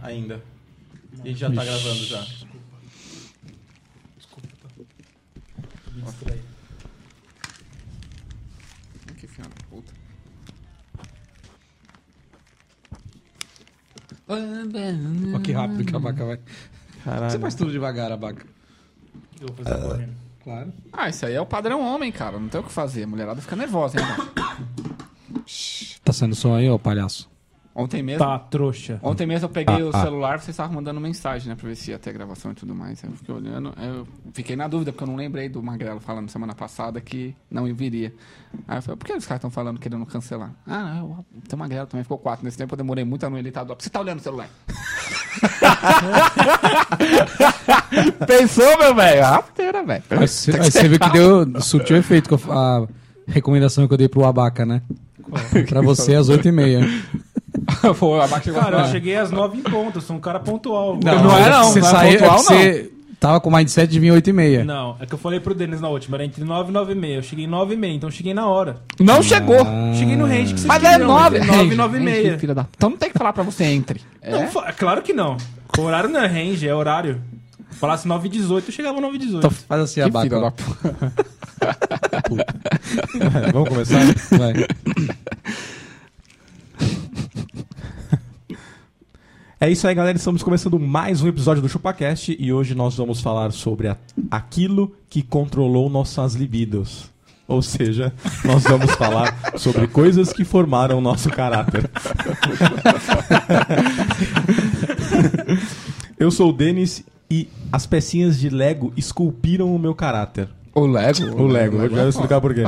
tá ainda. E a gente já tá gravando já. Desculpa. Desculpa. Me distraí. Que filha da puta. Olha que rápido Hum. que a vaca vai. Você Caralho. faz tudo devagar, a vaca. Eu vou fazer correndo. Claro. Ah, isso aí é o padrão homem, cara. Não tem o que fazer. A mulherada fica nervosa, hein, cara? Tá saindo som aí, ô palhaço? Ontem mesmo. Tá, trouxa. Ontem mesmo eu peguei Ah, o ah. celular, vocês estavam mandando mensagem, né? Pra ver se ia ter gravação e tudo mais. Eu fiquei olhando. Eu fiquei na dúvida, porque eu não lembrei do Magrelo falando semana passada que não viria. Aí eu falei, por que os caras estão falando querendo cancelar? Ah, não, o teu Magrelo também ficou quatro. Nesse tempo eu demorei muito a não editar do Você tá olhando o celular? Pensou, meu velho? Rasteira, velho. Aí você aí você viu que deu, surtiu efeito com a recomendação que eu dei pro Abaca, né? Pra você às 8h30. Pô, a Max Ah, chegou Cara, eu a cheguei às nove em ponto, eu sou um cara pontual. Não, não é não, Você não é saiu, pontual, é que você tava com o mindset de vir 8h30. Não, é que eu falei pro Denis na última, era entre 9 e 9 e meia. Eu cheguei em 9 e meia, então eu cheguei na hora. Não chegou. Ah. Cheguei no range que vocês Mas é queriam, nove, mas é nove, 9 nove e meia. Filha da... Então não tem que falar pra você entre. Não, É? fa- claro que não. O horário não é range, é horário. Falasse 9 e 18, eu chegava 9 e 18. Então faz assim, Que filha Abaca. da ó. puta. Vamos começar? É, Vai. É isso aí, galera. Estamos começando mais um episódio do ChupaCast e hoje nós vamos falar sobre a- aquilo que controlou nossas libidos. Ou seja, nós vamos falar sobre coisas que formaram nosso caráter. Eu sou o Denis e as pecinhas de Lego esculpiram o meu caráter. O Lego? O Lego, eu já vou explicar por quê.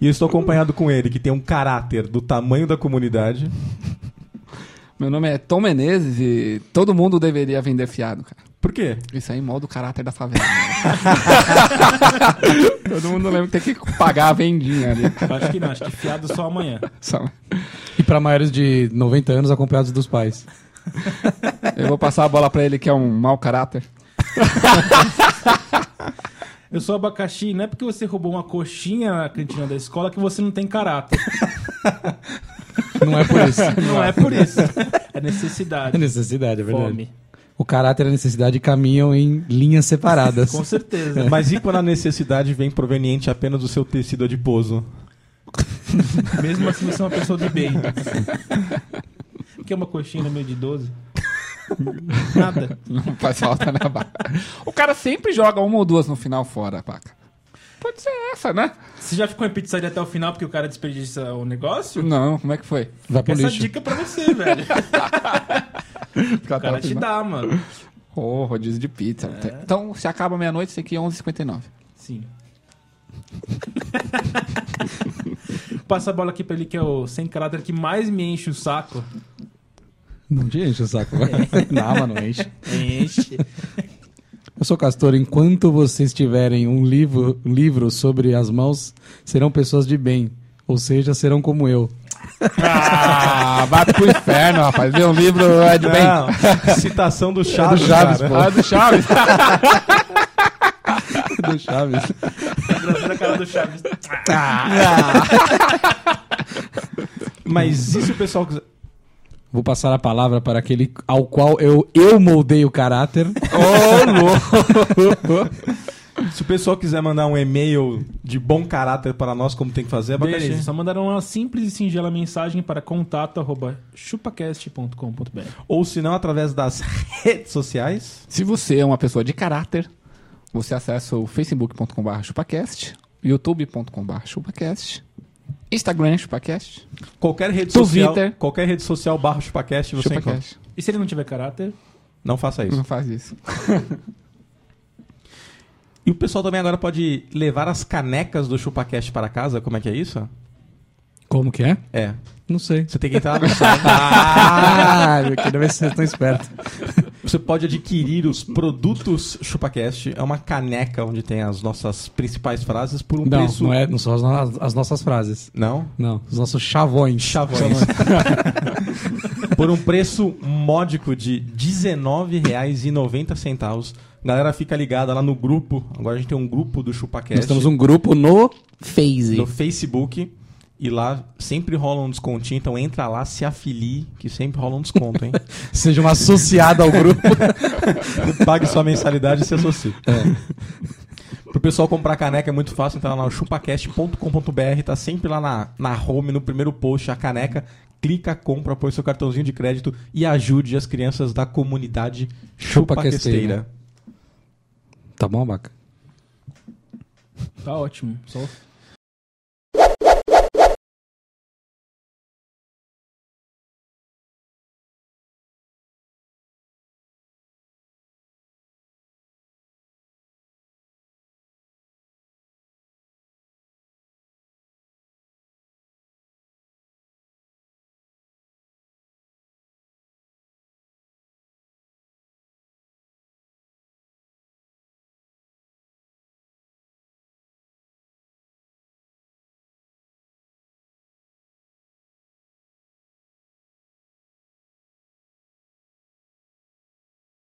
E eu estou acompanhado com ele, que tem um caráter do tamanho da comunidade. Meu nome é Tom Menezes e todo mundo deveria vender fiado, cara. Por quê? Isso aí molda o caráter da favela. né? todo mundo lembra que tem que pagar a vendinha ali. Acho que não, acho que fiado só amanhã. Só- E pra maiores de 90 anos acompanhados dos pais. Eu vou passar a bola pra ele que é um mau caráter. Eu sou abacaxi, não é porque você roubou uma coxinha na cantina da escola que você não tem caráter. Não é por isso. Não é por isso. É necessidade. É necessidade, é verdade. Fome. O caráter e a necessidade caminham em linhas separadas. Com certeza. Mas e quando a necessidade vem proveniente apenas do seu tecido adiposo? Mesmo assim, você é uma pessoa de bem. Quer é uma coxinha no meio de 12? Nada. Não faz falta na barra. O cara sempre joga uma ou duas no final fora, paca. Pode ser essa, né? Você já ficou em pizzaria até o final porque o cara desperdiça o negócio? Não, como é que foi? Vai pro Essa lixo. dica pra você, velho. Ficar O cara te dá, É. mano. Oh, rodízio de pizza. Então, se acaba meia-noite, isso aqui é 11h59. Sim. Passa a bola aqui pra ele que é o sem caráter que mais me enche o saco. Não te enche o saco, vai. Não, mas não enche. Enche. É. Eu sou Castor, enquanto vocês tiverem um livro, livro sobre as mãos, serão pessoas de bem. Ou seja, serão como eu. Ah, bate pro inferno, rapaz. Lê um livro, é de bem. Não, citação do Chaves, do Chaves, cara. pô. Ah, do Chaves. Do Chaves. Trazendo a cara do Chaves. Mas e se o pessoal quiser... Vou passar a palavra para aquele ao qual eu, eu moldei o caráter. Se o pessoal quiser mandar um e-mail de bom caráter para nós, como tem que fazer, é abacaxi? Beleza, É só mandaram uma simples e singela mensagem para contato arroba chupacast.com.br. Ou se não, através das redes sociais. Se você é uma pessoa de caráter, você acessa o facebook.com.br chupacast, youtube.com.br chupacast, Instagram chupacast, Qualquer rede Twitter. social, qualquer rede social barra chupacast, você encontra. chupacast. Uhum. E se ele não tiver caráter? Não faça isso. Não faz isso. E o pessoal também agora pode levar as canecas do ChupaCast para casa? Como é que é isso? Como que é? É. Não sei. Você tem que entrar no site. Ah, meu querido, vocês estão espertos. Você pode adquirir os produtos ChupaCast. É uma caneca onde tem as nossas principais frases por um Não, preço. não, é, não são as, no- as nossas frases. Não? Não, os nossos chavões. Chavões. por um preço módico de R$19,90. Galera, fica ligada lá no grupo. Agora a gente tem um grupo do ChupaCast. Nós temos um grupo no Phase. no Facebook. E lá sempre rola um descontinho, então entra lá, se afilie, que sempre rola um desconto, hein? Seja um associado ao grupo. Pague sua mensalidade e se associe. Pro pessoal comprar caneca é muito fácil, entrar lá no chupacast.com.br, tá sempre lá na, na home, no primeiro post, a caneca. Clica, compra, põe seu cartãozinho de crédito e ajude as crianças da comunidade chupaquesteira. Tá bom, Abaca? Tá ótimo. Só